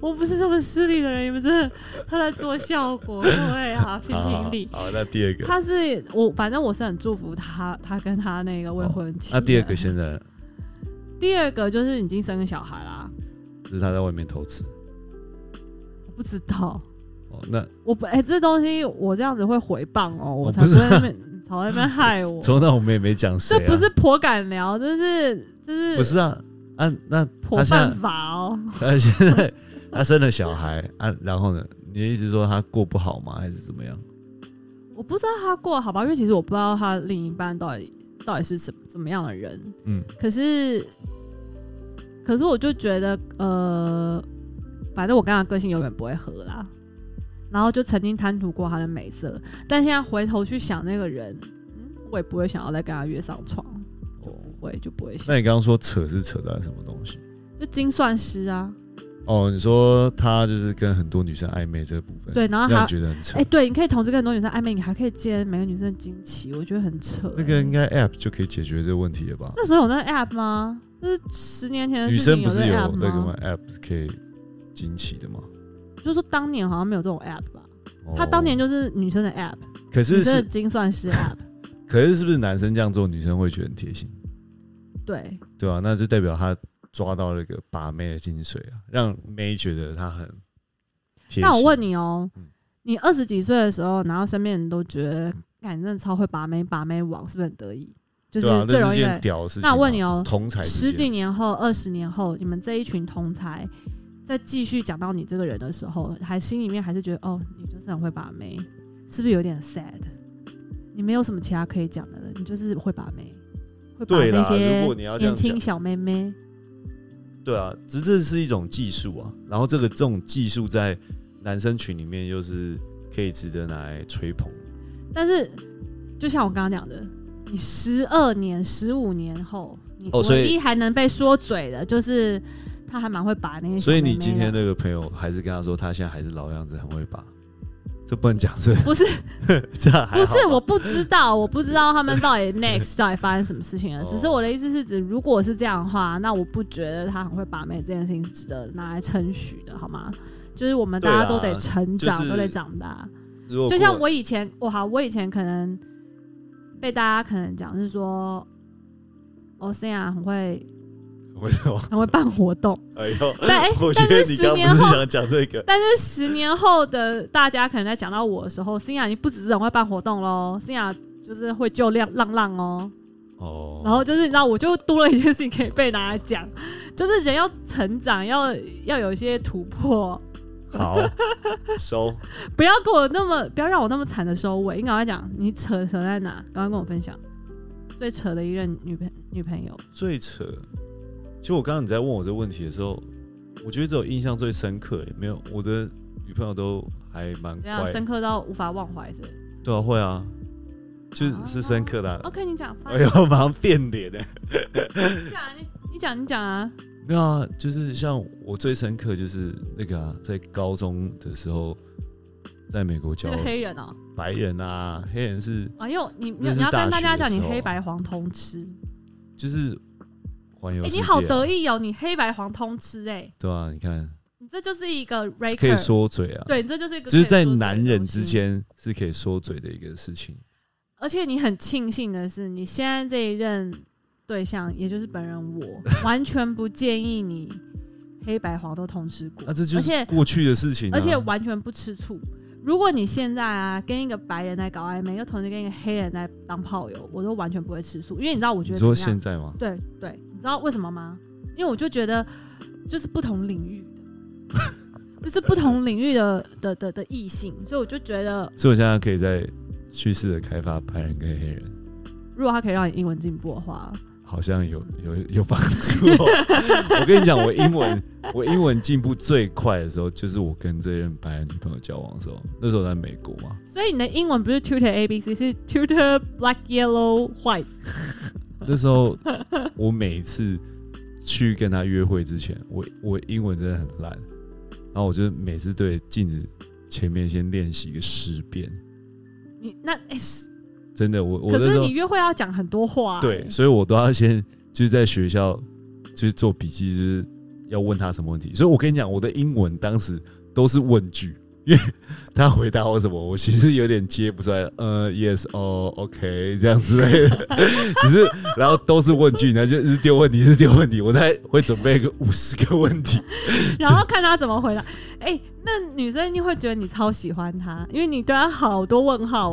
B: 我不是这么势利的人，你们真的他在做效 果，各位啊，评
A: 好好
B: 评理。
A: 好，那第二个，
B: 他是我，反正我是很祝福他，他跟他那个未婚妻的、
A: 哦那第二个现在
B: 第二个就是已经生个小孩啦，
A: 就是他在外面偷吃。
B: 我不知道，
A: 哦，那
B: 我不哎、这东西我这样子会回谤哦，
A: 我
B: 我
A: 不
B: 才
A: 是
B: 不会那边朝那边害 我。
A: 从那我们也没讲谁、
B: 这
A: 啊，
B: 不是颇敢聊，这是这是
A: 不是啊啊？ 那
B: 颇
A: 他现
B: 犯
A: 在
B: 法哦。
A: 他现在他生了小孩啊，然后呢？你的意思是说他过不好吗？还是怎么样？
B: 我不知道他过得好吧，因为其实我不知道他另一半到底到底是什么怎么样的人。
A: 嗯，
B: 可是，可是我就觉得，呃，反正我跟他个性永远不会合啦。然后就曾经贪图过他的美色，但现在回头去想那个人，嗯，我也不会想要再跟他约上床，
A: 哦，
B: 不会就不会想
A: 那，你刚刚说扯是扯到什么东西？
B: 就精算师啊，
A: 哦，你说他就是跟很多女生暧昧这部分，
B: 对，然后
A: 让
B: 还
A: 你觉得很扯。
B: 哎、对，你可以同时跟很多女生暧昧，你还可以接每个女生的惊奇，我觉得很扯、
A: 那个应该 App 就可以解决这个问题了吧？
B: 那时候有那个 app 吗？那是十年前的
A: 女
B: 事
A: 生
B: 情
A: 不是
B: 有
A: 有
B: 嗯那 app
A: 那个吗
B: 吗？
A: ？App 可以惊奇的吗？
B: 就是说当年好像没有这种 app 吧？
A: 哦
B: 他当年就是女生的 app，
A: 可
B: 女
A: 是
B: 生的
A: 是
B: 精 算师 app，
A: 可是是不是男生这样做，女生会觉得很贴心，
B: 对，
A: 对吧、那就代表他抓到了一个把妹的精髓啊，让妹觉得他很贴心。
B: 那我问你哦、
A: 嗯
B: 你二十几岁的时候，然后身边人都觉得，感真的超会把妹把妹网，是不是很得意？就是
A: 对啊，
B: 最
A: 那
B: 容
A: 是
B: 易
A: 件
B: 的。
A: 屌的事情啊、
B: 那我问你哦
A: 同才之
B: 十几
A: 间，
B: 年后、二十年后，你们这一群同才在继续讲到你这个人的时候，还心里面还是觉得哦，你就是很会把妹，是不是有点 sad？你没有什么其他可以讲的了，你就是会把妹，会把
A: 对啦
B: 那些
A: 如果你要这样
B: 年轻
A: 讲
B: 小妹妹。
A: 对啊，只是这是一种技术啊。然后这个这种技术在男生群里面又是可以值得拿来吹捧。
B: 但是就像我刚刚讲的，你十二年、十五年后，你
A: 哦所以
B: 唯一还能被说嘴的，就是他还蛮会把那些小
A: 所以
B: 妹
A: 你
B: 妹
A: 今
B: 的
A: 天那个朋友还是跟他说，他现在还是老样子，很会把。这不能讲是
B: 不是
A: 这样还
B: 不
A: 好
B: 是，
A: 吧
B: 我不知道，我不知道他们到底 next 到底发生什么事情了。
A: 哦
B: 只是我的意思是指，如果是这样的话，那我不觉得他很会把妹这件事情值得拿来称许的，好吗？就是我们大
A: 对
B: 家
A: 啦
B: 都得成
A: 就
B: 长，
A: 是
B: 都得长大。
A: 如果
B: 就像
A: 过
B: 我以前，我好，我以前可能被大家可能讲是说，哦，森雅很会
A: 为什么？
B: 很会办活 动，
A: 哎呦，
B: 但哎
A: 我觉
B: 但
A: 得
B: 是
A: 你
B: 十
A: 刚刚
B: 年
A: 不是
B: 后
A: 想讲这个，
B: 但是十年后的大家可能在讲到我的时候，森雅你不只是很会办活动喽，森雅就是会救浪浪浪哦。
A: 哦
B: 然后就是你知道，我就多了一件事情可以被拿来讲，就是人要成长，要要有一些突破，
A: 好收
B: 不要给我那么，不要让我那么惨的收尾。你赶快讲，你扯扯在哪？赶快跟我分享最扯的一任女朋女朋友。
A: 最扯。其实我刚刚你在问我这个问题的时候，我觉得只有印象最深刻，欸没有我的女朋友都还蛮
B: 这样
A: 乖，
B: 深刻到无法忘怀是不是
A: 对啊，会啊，就是是深刻的啊、
B: ？OK，你讲，
A: 哎呦，马上变脸的。
B: 你讲啊，你你讲，你讲啊。
A: 没有啊，就是像我最深刻就是那个啊，在高中的时候，在美国
B: 那
A: 教
B: 个黑人哦、
A: 白人啊，黑人是
B: 啊，因为我你你
A: 那是
B: 你要
A: 大
B: 跟大
A: 学
B: 家
A: 的
B: 讲，你
A: 时候
B: 黑白黄通吃，
A: 就是环游
B: 哎、
A: 世界、
B: 你
A: 啊，
B: 好得意哦、你黑白黄通吃、哎，
A: 对啊，你看
B: 你这就是一个 raker，
A: 可以说嘴啊，
B: 对，你这就是一个
A: 就是
B: 可以
A: 在
B: 说嘴的
A: 男人
B: 东西
A: 之间是可以说嘴的一个事情。
B: 而且你很庆幸的是，你现在这一任对象，也就是本人 我，完全不建议你黑白黄都同吃过，
A: 那、这就
B: 而且
A: 是过去的事情、啊，
B: 而且完全不吃醋。如果你现在啊跟一个白人在搞暧昧，又同时跟一个黑人在当炮友，我都完全不会吃醋，因为你知道我觉
A: 你
B: 得
A: 说
B: 怎么
A: 现
B: 样？
A: 在吗？
B: 对对，你知道为什么吗？因为我就觉得就是不同领域的，就是不同领域的的的的异性，所以我就觉得
A: 所以我现在可以在蓄势的开发白人跟黑人，
B: 如果他可以让你英文进步的话，
A: 好像有有有帮助、 哦。我跟你讲，我英文我英文进步最快的时候，就是我跟这任白人女朋友交往的时候，那时候我在美国嘛，
B: 所以你的英文不是 tutor A B C，是 tutor black yellow white。
A: 那时候我每一次去跟他约会之前，我我英文真的很烂，然后我就每次对镜子前面先练习个十遍，
B: 你那、哎是
A: 真的，我我
B: 可
A: 那时
B: 是
A: 候
B: 你约会要讲很多话、
A: 对，
B: 哎
A: 所以我都要先就是在学校就是做笔记，就是要问他什么问题。所以我跟你讲，我的英文当时都是问句，因为 他回答我什么，我其实有点接不出来。呃，yes，哦，OK，这样之类的， 只是然后都是问句，然后就是丢问题，是丢问题，我大概会准备个五十个问题。
B: 然后看他怎么回答。哎、那女生一定会觉得你超喜欢他，因为你对他好多问号 哦，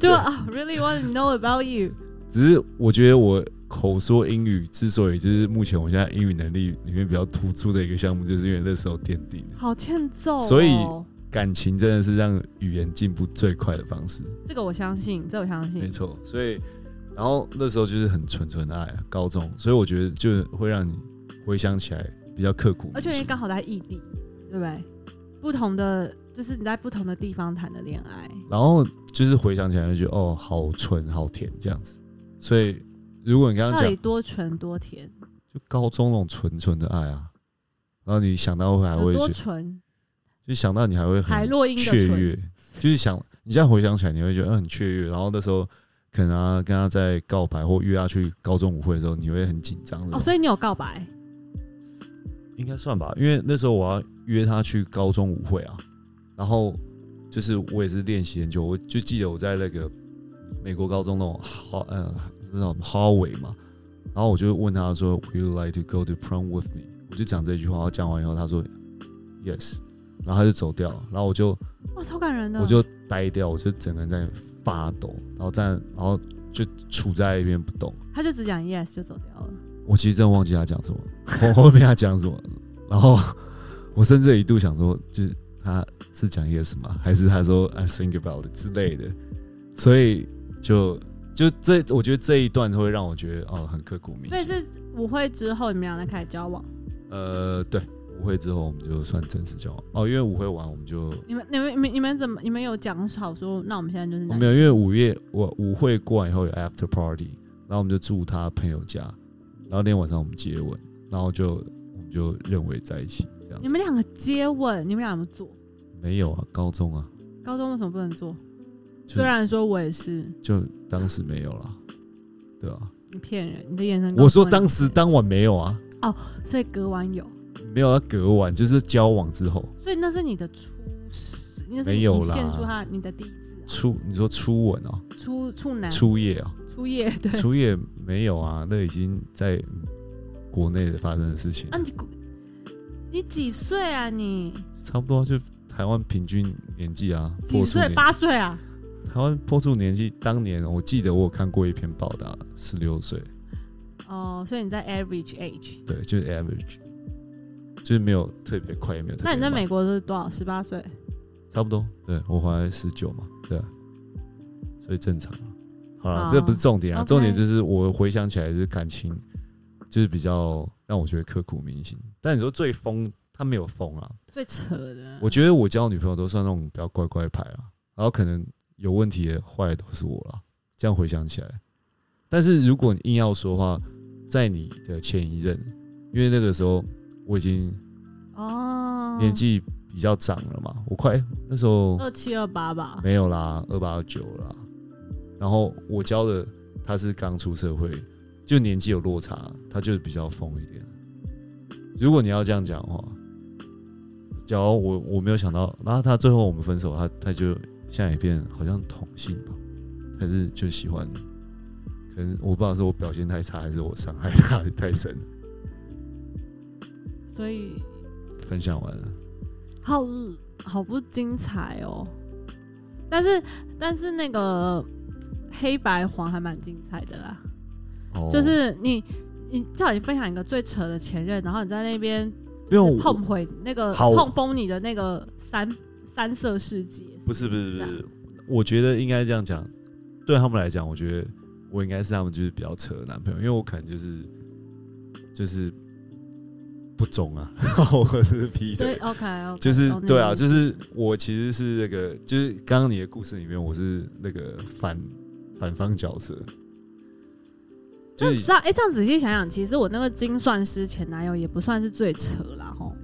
B: 就啊、really want to know about you。
A: 只是我觉得我口说英语之所以就是目前我现在英语能力里面比较突出的一个项目，就是因为那时候奠定的。
B: 好欠揍、哦，
A: 所以感情真的是让语言进步最快的方式，
B: 这个我相信，这个我相
A: 没
B: 信。
A: 错。所以，然后那时候就是很纯纯的爱啊，高中，所以我觉得就会让你回想起来比较刻骨铭心。
B: 而且因为刚好在异地，对不对？不同的就是你在不同的地方谈的恋爱，
A: 然后就是回想起来就觉得哦，好纯好甜这样子。所以，如果你刚
B: 到
A: 刚讲
B: 底多纯多甜，
A: 就高中那种纯纯的爱啊，然后你想到会还
B: 有
A: 会
B: 多
A: 觉
B: 纯？
A: 就想到你还会很
B: 海洛因的
A: 雀
B: 纯，
A: 跃，就是想你现在回想起来，你会觉得呃很雀跃。然后那时候可能啊跟他在告白或约他去高中舞会的时候，你会很紧张的。
B: 哦，所以你有告白，
A: 应该算吧，因为那时候我要约他去高中舞会啊，然后就是我也是练习很久，我就记得我在那个美国高中那种哈呃那种 hallway 嘛，然后我就问他说，Would you like to go to prom with me？我就讲这句话，然后讲完以后他说 yes，然后他就走掉了，然后我就。
B: 哇，超感人的。
A: 我就呆掉，我就整个人在那里发抖，然后站，然后就杵在一边不动。
B: 他就只讲 yes 就走掉了。
A: 我其实真的忘记他讲什么， 我后面他讲什么，然后我甚至一度想说，就是他是讲 yes 吗？还是他说 I think about it 之类的？所以就就这，我觉得这一段会让我觉得哦，很刻骨铭
B: 所以
A: 心。
B: 是舞会之后你们俩才开始交往，
A: 呃，对，舞会之后我们就算正式交往哦，因为舞会完我们就
B: 你们、你们、你们、你们怎么、你们有讲好说，那我们现在就是
A: 我
B: 男
A: 没有，因为五月我舞会过完以后有 after party，然后我们就住他朋友家，然后那天晚上我们接吻，然后就我们就认为在一起这样
B: 你
A: 子。
B: 们两个接吻，你们俩有没有做？
A: 没有啊，高中啊，
B: 高中为什么不能做？
A: 就
B: 虽然说我也是，
A: 就当时没有啦，对啊，
B: 你骗人，你的眼神。
A: 我说当时，当晚没有啊，
B: 所以隔完有，
A: 没有啊，隔晚就是交往之后
B: 所以那是你的初识，那是
A: 没
B: 你
A: 有啦
B: 献出他你的第一次
A: 初你说初吻啊，
B: 啊初初男
A: 初夜 啊，
B: 初夜，对。
A: 初夜没有啊，那已经在国内发生的事情
B: 啊，，你古你几岁啊你？
A: 差不多就台湾平均年纪啊，
B: 几
A: 破处
B: 岁？
A: 年纪
B: 八岁啊？
A: 台湾播出年纪，当年我记得我有看过一篇报道，十六岁，
B: 哦，所以你在 average age。
A: 对，就是 average，就是没有特别快，也没有特别
B: 那
A: 慢。
B: 你在美国是多少？十八岁，
A: 差不多，对我回来十九嘛，对啊，所以正常啊。好了
B: 好
A: 这不是重点啊，
B: 哦 OK
A: 重点就是我回想起来就是感情，就是比较让我觉得刻骨铭心。但你说最疯，他没有疯啊，
B: 最扯的。
A: 我觉得我交女朋友都算那种比较乖乖牌啊，然后可能有问题的坏的都是我啦。这样回想起来，但是如果你硬要说的话，在你的前一任，因为那个时候我已经
B: 哦，
A: 年纪比较长了嘛，我快那时候
B: 二七二八吧。
A: 没有啦，二八二九啦。然后我教的他是刚出社会，就年纪有落差，他就是比较疯一点。如果你要这样讲的话，假如我我没有想到，然后他最后我们分手，他他就现在也变好像同性吧，还是就喜欢，可能我不知道是我表现太差，还是我伤害他太深。
B: 所以
A: 分享完了，
B: 好好不精彩哦。但是但是那个黑白黄还蛮精彩的啦，
A: 哦
B: 就是你你叫你分享一个最扯的前任，然后你在那边
A: 因为我
B: 碰回那个
A: 好
B: 碰封你的那个三三色世界，
A: 不是不是不
B: 这样
A: 是，我觉得应该这样讲，对他们来讲，我觉得我应该是他们就是比较扯的男朋友，因为我可能就是就是不忠啊， 我是劈
B: 所以哦
A: 腿，
B: OK OK，
A: 就是对啊，
B: 是
A: 就是我其实是那个，就是刚刚你的故事里面，我是那个反反方角色，就
B: 那
A: 是
B: 知道，哎、这样仔细想想，其实我那个精算师前男友也不算是最扯啦，吼，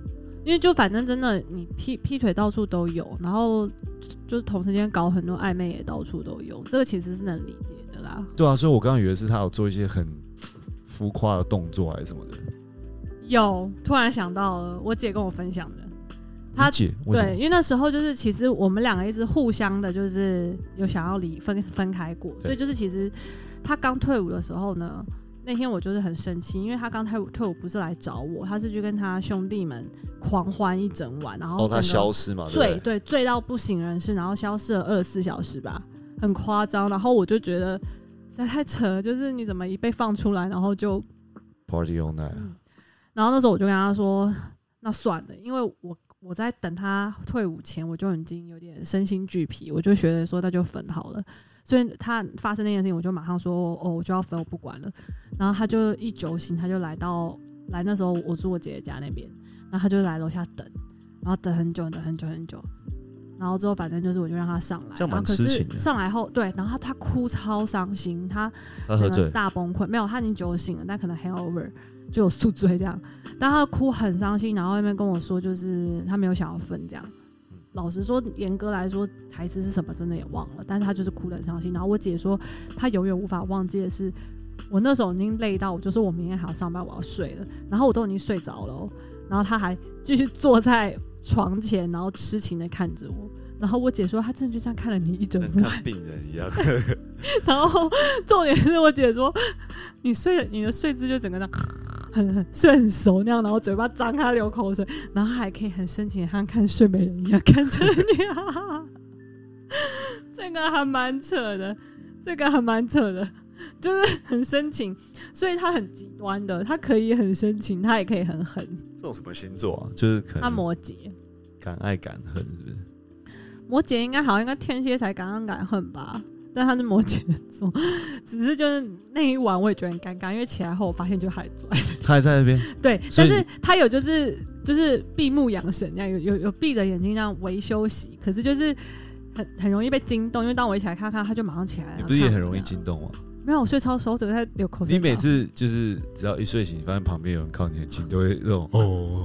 B: 因为就反正真的你劈劈腿到处都有，然后就就是同时间搞很多暧昧也到处都有，这个其实是能理解的啦。
A: 对啊，所以我刚刚以为是他有做一些很浮夸的动作还是什么的。
B: 有，突然想到了，我姐跟我分享的，
A: 你
B: 他
A: 姐为什
B: 对，
A: 么？
B: 因为那时候就是其实我们两个一直互相的，就是有想要离分分开过，所以就是其实他刚退伍的时候呢，那天我就是很生气，因为他刚退伍退伍不是来找我，他是去跟他兄弟们狂欢一整晚，然后
A: 哦，他
B: 整个
A: 消失嘛，
B: 醉
A: 对不
B: 对醉到不省人事，然后消失了二十四小时吧，很夸张。然后我就觉得实在太扯了，就是你怎么一被放出来，然后就
A: ？Party all night，啊
B: 嗯然后那时候我就跟他说，那算了，因为我我在等他退伍前，我就已经有点身心俱疲，我就觉得说那就分好了。所以他发生那件事情，我就马上说哦，我就要分，我不管了。然后他就一酒醒，他就来到来那时候我住我姐姐家那边，然后他就来楼下等，然后等很久，等很久很久。然后之后反正就是我就让他上来，
A: 这样
B: 然后
A: 蛮
B: 可
A: 痴
B: 是
A: 情的
B: 上来后对，然后他他哭超伤心，他
A: 他喝
B: 整
A: 醉
B: 个，大崩溃，没有，他已经酒醒了，但可能 hangover 就有宿醉这样，但他哭很伤心，然后那边跟我说就是他没有想要分这样。
A: 嗯
B: 老实说，严格来说，台词是什么真的也忘了，但是他就是哭得很伤心。然后我姐说，她永远无法忘记的是，我那时候已经累到，我就说我明天还要上班，我要睡了。然后我都已经睡着了哦、然后他还继续坐在床前，然后痴情的看着我。然后我姐说，她真的就这样看了你一整
A: 跟
B: 晚。
A: 看病人一样。
B: 然后 重点是我姐说，你睡你的睡姿就整个那样很睡很熟那样，然后嘴巴张开流口水，然后还可以很深情地像看睡美人一样看着你、啊， 这个还蛮扯的，这个还蛮扯的，就是很深情，所以他很极端的，他可以很深情，他也可以很狠，
A: 这种什么星座啊？就是可
B: 他
A: 能
B: 摩羯。
A: 敢爱敢恨，是不是？
B: 摩羯应该好像应该天蝎才敢敢恨吧，但他是摩羯座， 只是就是那一晚我也觉得很尴尬，因为起来后我发现就还拽，
A: 他还在那边，
B: 对，
A: 所
B: 但
A: 以
B: 是他有就是就是闭目养神这样，有有有闭着眼睛这样微休息，可是就是很很容易被惊动，因为当我一起来看看，他就马上起来了，
A: 你不是也
B: 看我
A: 很容易
B: 这样？
A: 惊动吗？
B: 没有，我睡超熟，整个在流口水。
A: 你每次就是只要一睡醒，发现旁边有人靠你很近，都会那种哦，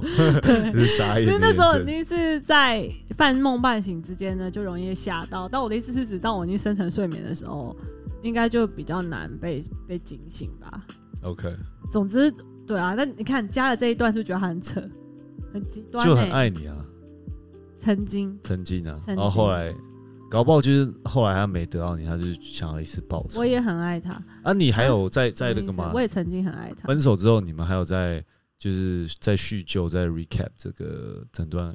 A: 就是傻眼的
B: 因
A: 眼神。
B: 为那时候已经是在半梦半醒之间呢，就容易吓到。但我的意思是指，当我已经深层睡眠的时候，应该就比较难被被惊醒吧。
A: OK，
B: 总之，对啊，那你看加了这一段，是不是觉得他很扯，很极端、欸？
A: 就很爱你啊，
B: 曾经，
A: 曾经啊，
B: 曾
A: 然
B: 经
A: 后后来搞不好就是后来他没得到你，他就是想要一次报仇
B: 我。也很爱他，
A: 啊，你还有在在那
B: 什么
A: 个
B: 意思
A: 嘛
B: 我？也曾经很爱他。
A: 分手之后，你们还有在就是在叙旧，在 recap 这个整段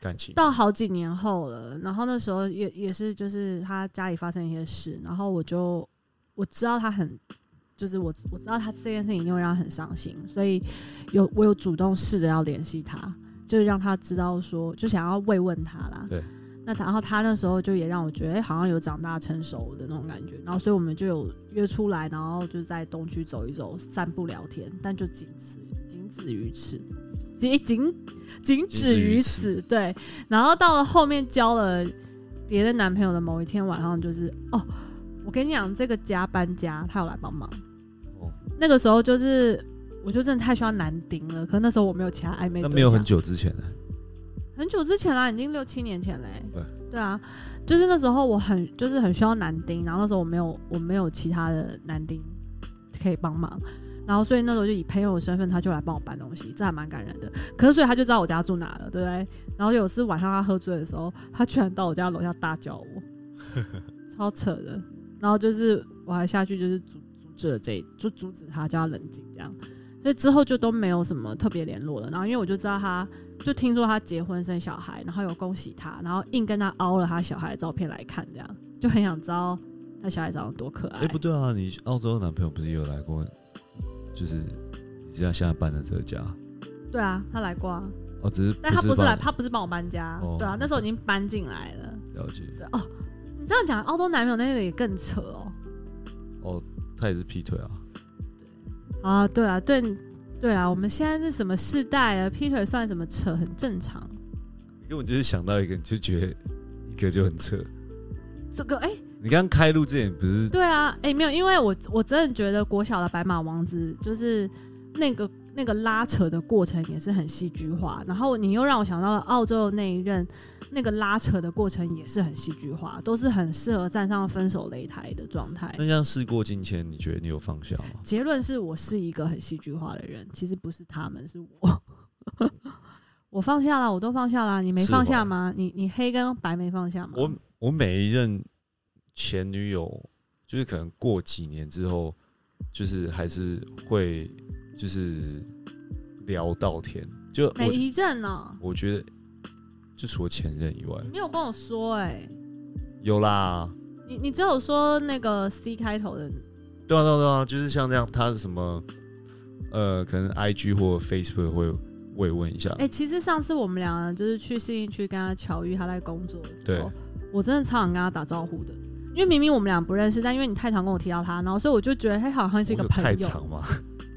A: 感情吗。
B: 到好几年后了，然后那时候也也是就是他家里发生一些事，然后我就我知道他很，就是我我知道他这件事情一定会让他很伤心，所以有我有主动试着要联系他，就是让他知道说，就想要慰问他啦。
A: 对。
B: 那然后他那时候就也让我觉得，哎、好像有长大成熟的那种感觉。然后所以我们就有约出来，然后就在东区走一走，散步聊天，但就仅此仅止于此，仅仅仅止于
A: 仅
B: 此。对。然后到了后面交了别的男朋友的某一天晚上，就是哦，我跟你讲，这个家搬家，他有来帮忙。
A: 哦
B: 那个时候就是，我就真的太需要男丁了。可那时候我没有其他暧昧
A: 那
B: 对象，
A: 没有很久之前呢、
B: 很久之前啦，已经六七年前嘞、
A: 对
B: 对啊，就是那时候我很就是很需要男丁，然后那时候我没有我没有其他的男丁可以帮忙，然后所以那时候就以朋友的身份，他就来帮我搬东西，这还蛮感人的。可是所以他就知道我家住哪了，对不对？然后有次晚上他喝醉的时候，他居然到我家楼下大叫我，超扯的。然后就是我还下去就是阻阻止了这一就阻止他叫他冷静这样，所以之后就都没有什么特别联络了。然后因为我就知道他。就听说他结婚生小孩，然后有恭喜他，然后硬跟他凹了他小孩的照片来看，这样就很想知道他小孩长得多可爱。
A: 哎、不对啊，你澳洲的男朋友不是也有来过？就是你现在现在搬的这个家
B: 对啊，他来过啊，
A: 哦，只是
B: 但他不是
A: 帮
B: 来，他不是帮我搬家，
A: 哦
B: 对啊，那时候已经搬进来了。
A: 了解
B: 对哦，你这样讲，澳洲男朋友那个也更扯哦。
A: 哦，他也是劈腿啊，
B: 啊，对啊，对对啊，我们现在是什么世代啊？劈腿算什么扯，很正常。
A: 你根本就是想到一个你就觉得一个就很扯，
B: 这个哎、
A: 你刚开录之前不是
B: 对啊，哎、没有，因为我我真的觉得国小的白马王子就是那个那个拉扯的过程也是很戏剧化，然后你又让我想到了澳洲的那一任，那个拉扯的过程也是很戏剧化，都是很适合站上分手擂台的状态。
A: 那像事过境迁，你觉得你有放下吗？
B: 结论是我是一个很戏剧化的人，其实不是他们，是我。 我放下了，我都放下了，你没
A: 释
B: 放下
A: 怀
B: 吗？你你黑跟白没放下吗？
A: 我我每一任前女友，就是可能过几年之后，就是还是会就是聊到天，就
B: 每
A: 我
B: 一任呢、
A: 我觉得就除了前任以外，
B: 你有跟我说哎、
A: 有啦，
B: 你你只有说那个 C 开头的，
A: 对啊对啊对啊，就是像这样，他是什么呃，可能 I G 或 Facebook 会慰问一下
B: 哎、，其实上次我们俩就是去信义区跟他巧遇，他在工作的时候
A: 对，
B: 我真的超想跟他打招呼的，因为明明我们俩不认识，但因为你太常跟我提到他，然后所以我就觉得他好像是一个
A: 我有
B: 朋
A: 太
B: 友，
A: 长嘛，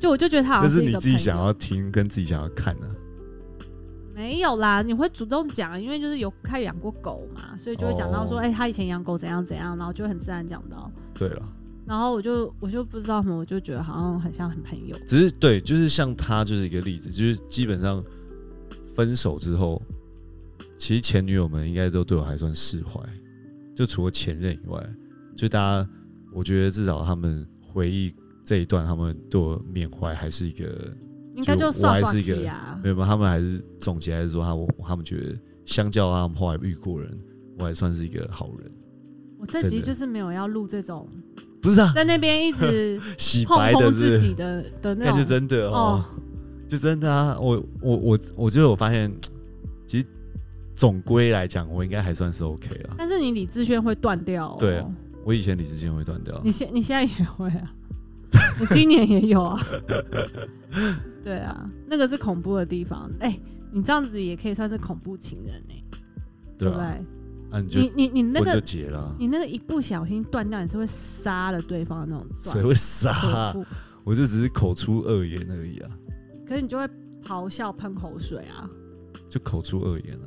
B: 就我就觉 得他好
A: 那
B: 像
A: 是
B: 一
A: 你
B: 个
A: 自
B: 朋
A: 己
B: 友。
A: 想要听跟自己想要看的、啊，
B: 没有啦，你会主动讲，因为就是有他养过狗嘛，所以就会讲到说，
A: 哦
B: 哎、他以前养狗怎样怎样，然后就会很自然讲到，
A: 对了。
B: 然后我就我就不知道什么，我就觉得好像很像很朋友。
A: 只是对，就是像他就是一个例子，就是基本上分手之后，其实前女友们应该都对我还算释怀，就除了前任以外，就大家我觉得至少他们回忆这一段，他们对我缅怀还是一个
B: 应该
A: 就
B: 就
A: 我
B: 算
A: 还
B: 算
A: 是一个
B: 题啊
A: 没，有，他们还是总结还是说他我他们觉得相较他们后来遇过的人，我还算是一个好人，
B: 我这集
A: 真的
B: 就是没有要录这种
A: 不是啊，
B: 在那边一 直
A: 洗
B: 碰
A: 白
B: 碰
A: 的
B: 哦自
A: 是
B: 己的的那
A: 感觉
B: 种。
A: 真的哦
B: 哦，
A: 就真的啊，我我我我觉得我发现，其实总归来讲，我应该还算是 OK 啊。
B: 但是你理智轩会断掉、哦，
A: 对啊我以前理智线会断掉，啊
B: 你现你现在也会啊， 我今年也有啊，对啊，那个是恐怖的地方。哎、你这样子也可以算是恐怖情人呢、欸
A: 对
B: 不
A: 吧？
B: 对？
A: 啊，你就
B: 你你你那
A: 婚就
B: 个
A: 结了啊，
B: 你那个一不小心断掉，你是会杀了对方的那种
A: 谁
B: 状
A: 会傻啊？
B: 恐怖
A: 我就只是口出恶言而已啊，
B: 可是你就会咆哮、喷口水啊，
A: 就口出恶言啊。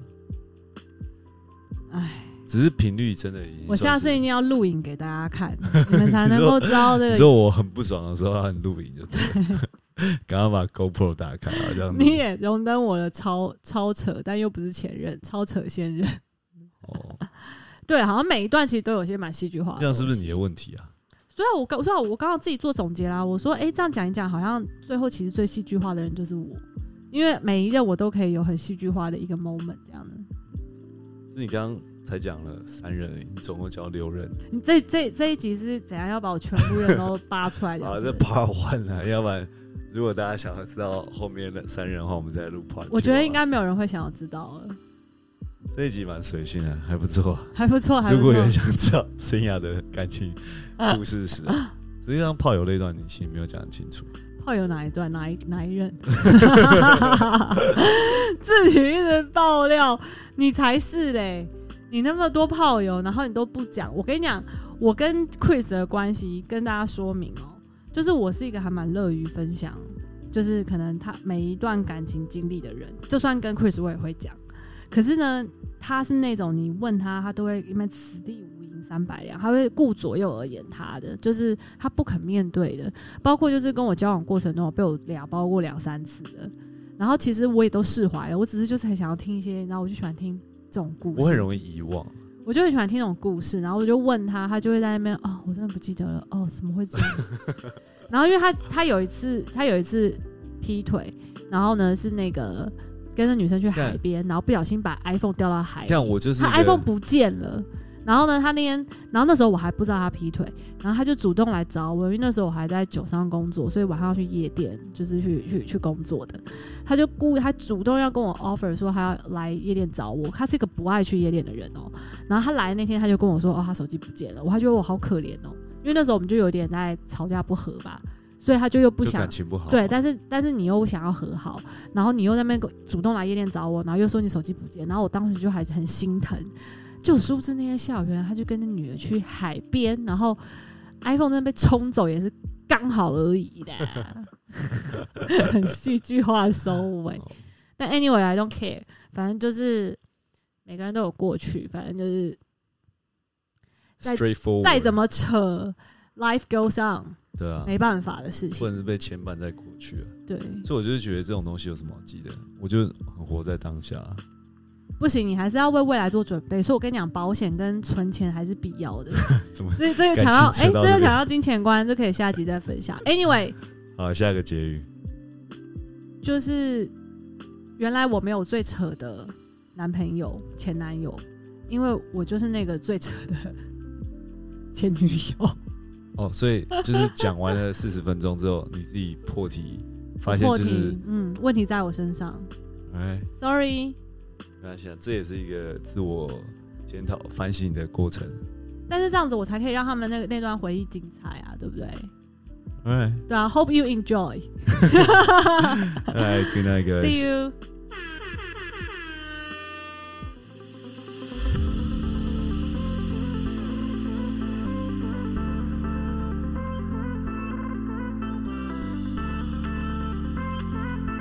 B: 唉，
A: 只是频率真的已经算是。
B: 我下次一定要录影给大家 看，你们才能够知道这
A: 只有
B: 个。
A: 我很不爽的时候，他很录影就对了， 赶快把 GoPro 打开啊，这样子
B: 你也荣登我的超超扯，但又不是前任，超扯现任。
A: 哦，
B: 对，好像每一段其实都有些蛮戏剧化的。
A: 这样是不是你？的问题啊？
B: 所以我刚，所以我刚刚自己做总结啦。我说，哎、这样讲一讲，好像最后其实最戏剧化的人就是我，因为每一任我都可以有很戏剧化的一个 moment 这样的。
A: 是你刚刚才讲了三人而已，你总共讲六人。
B: 你这这这一集是怎样要把我全部人都扒出来讲
A: 啊，
B: 是
A: 这
B: 不是？
A: Part One 啊，要不然如果大家想要知道后面的三人的话，我们再录 Part。
B: 我觉得应该没有人会想要知道了，
A: 这一集蛮随性的，还不错。
B: 还不错，还
A: 如
B: 不
A: 果有
B: 错
A: 人。想知道生涯的感情故事时，
B: 啊
A: 实际上炮友那一段你其实没有讲得清楚。
B: 炮友哪一段哪一哪一 任，自己一直爆料，你才是嘞！你那么多炮友，然后你都不讲。我跟你讲，我跟 Chris 的关系跟大家说明哦，就是我是一个还蛮乐于分享，就是可能他每一段感情经历的人，就算跟 Chris 我也会讲。可是呢，他是那种你问他，他都会因为此地无银三百两，他会顾左右而言他的，就是他不肯面对的。包括就是跟我交往过程中，我被我俩包过两三次的。然后其实我也都释怀了，我只是就是很想要听 一些，然后我就喜欢听这种故事。
A: 我很容易遗忘，
B: 我就很喜欢听这种故事，然后我就问他，他就会在那边哦，我真的不记得了，哦，怎么会这样子？然后因为他他有一次他有一次劈腿，然后呢是那个跟着女生去海边，然后不小心把 iPhone 掉到海里，
A: 像我就是一
B: 哎
A: 个
B: 他 iPhone 不见了。然后呢，他那天，然后那时候我还不知道他劈腿，然后他就主动来找我，因为那时候我还在酒商工作，所以晚上要去夜店，就是去去去工作的。他就故意，他主动要跟我 offer 说他要来夜店找我，他是一个不爱去夜店的人哦。然后他来那天，他就跟我说，哦，他手机不见了，我还觉得我好可怜哦，因为那时候我们就有点在吵架不和吧，所以他就又不
A: 就
B: 想
A: 感情不好。
B: 对，但是但是你又想要和好，然后你又在那边跟我主动来夜店找我，然后又说你手机不见，然后我当时就还很心疼。就殊不知那天下雨，他就跟那女的去海边，然后 iPhone 那被冲走也是刚好而已的， 很戏剧化的收尾。
A: 哦
B: 但 anyway，I don't care，反正就是每个人都有过去，反正就是再
A: straightforward，
B: 再怎么扯，life goes on，
A: 对啊，
B: 没办法的事
A: 不
B: 情。
A: 能是被牵绊在过去啊。
B: 对，
A: 所以我就是觉得这种东西有什么好记的？我就很活在当下啊。
B: 不行，你还是要为未来做准备。所以我跟你讲，保险跟存钱还是必要的。
A: 怎么
B: 这这个讲
A: 感情扯
B: 到，
A: 到
B: 哎、这
A: 这
B: 个
A: 个
B: 讲到金钱观，这可以下集再分享。Anyway，
A: 好，下一个结语，
B: 就是原来我没有最扯的男朋友、前男友，因为我就是那个最扯的前女友。
A: 哦，所以就是讲完了四十分钟之后，你自己破题，发现
B: 破
A: 就
B: 题，
A: 是
B: 嗯，问题在我身上
A: 哎，
B: ，sorry。
A: 没关系啊，这也是一个自我检讨、反省的过程。
B: 但是这样子我才可以让他们那个那段回忆精彩啊，对不对？
A: 哎，
B: 对啊，Hope you enjoy.
A: 哎，good night guys。
B: See you.